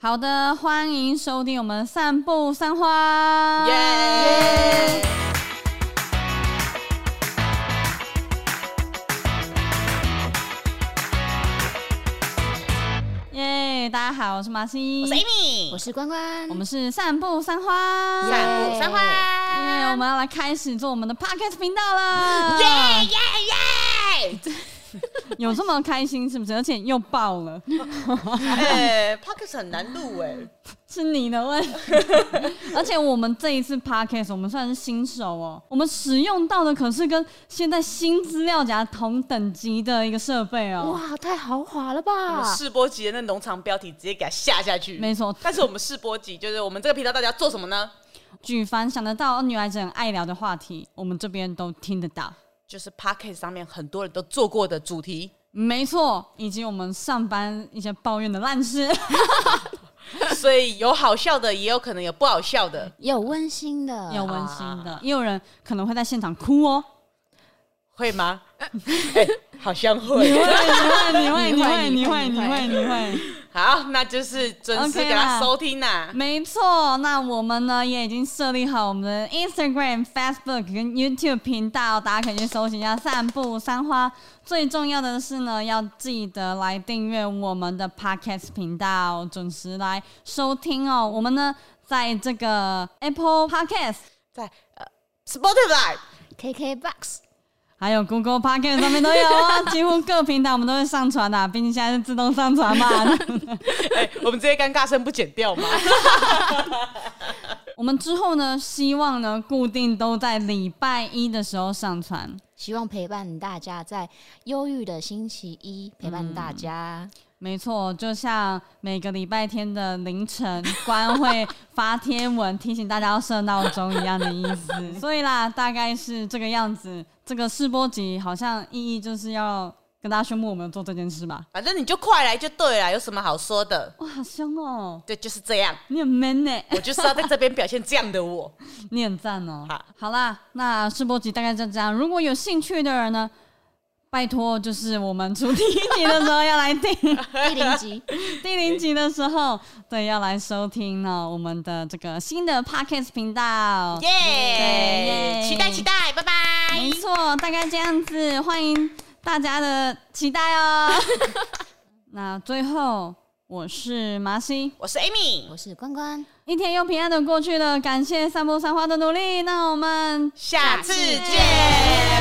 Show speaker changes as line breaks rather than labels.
好的，欢迎收听我们散步三
嗯
花。
耶！
耶！大家好，我是马西，
我是 Amy，
我是关关，
我们是散步三花。
散步
耶
三花，
耶！我们要来开始做我们的 podcast 频道
嗯
了。
耶耶耶！
有这么开心是不是？而且又爆了，
哎 p o c k e t 很难录哎，
是你的 问题。而且我们这一次 podcast，我们算是新手哦，我们使用到的可是跟现在新资料夹同等级的一个设备哦。
哇，太豪华了
我
吧
们！试播集的那农场标题直接给它下下去，
没错
但是我们试播集就是我们这个频道大家做什么呢？
举凡想得到女孩子很爱聊的话题，我们这边都听得到。
就是 p o c k e t 上面很多人都做过的主 题，
没错，以及我们上班一些抱怨的烂事，
所以有好笑的，也有可能有不好笑 的。
有温馨的，
也有温馨的，也有人可能会在现场哭哦。
会吗？哎好像
你
会。
会，你会，你
你
会，你会，
会你
你会，
会
你会。
好，那就是准时
OK
给他
啦
收听呐、
没错，那我们呢也已经设立好我们的 Instagram、Facebook 跟 YouTube 频道，大家可以去搜寻一下“散步三花”。最重要的是呢，要记得来订阅我们的 Podcast 频道，准时来收听哦。我们呢在这个 Apple Podcast
在呃 Spotify，
KK Box，
还有 Google Podcast 上面都有哦，几乎各平台我们都会上传的、毕竟现在是自动上传 嘛。
哎、我们这些尴尬声不剪掉吗？
我们之后呢，希望呢固定都在礼拜一的时候上传。
希望陪伴大家在忧郁的星期一陪伴大家。
没错，就像每个礼拜天的凌晨，官会发天文提醒大家要设闹钟一样的意 思。所以啦，大概是这个样子。这个试播集好像意义就是要跟大家宣布我们有做这件事吧。
反正你就快来就对了，有什么好说的？
哇，好凶哦！
对，就是这样。
你很 man 呢、
我就是要在这边表现这样的我。
你很赞哦
好。
好啦，那试播集大概就这样。如果有兴趣的人呢，拜托，就是我们出第一集的时候要来听，
第零集，
第零集的时候，对，要来收听呢我们的这个新的 podcast 频道。
耶、
耶
期待期待，拜拜
没。错，大概这样子，欢迎大家的期待哦。那最后，我是麻西，
我是 Amy，
我是关关，
一天又平安的过去了，感谢三波三花的努力，那我们
下
下
次
次
见。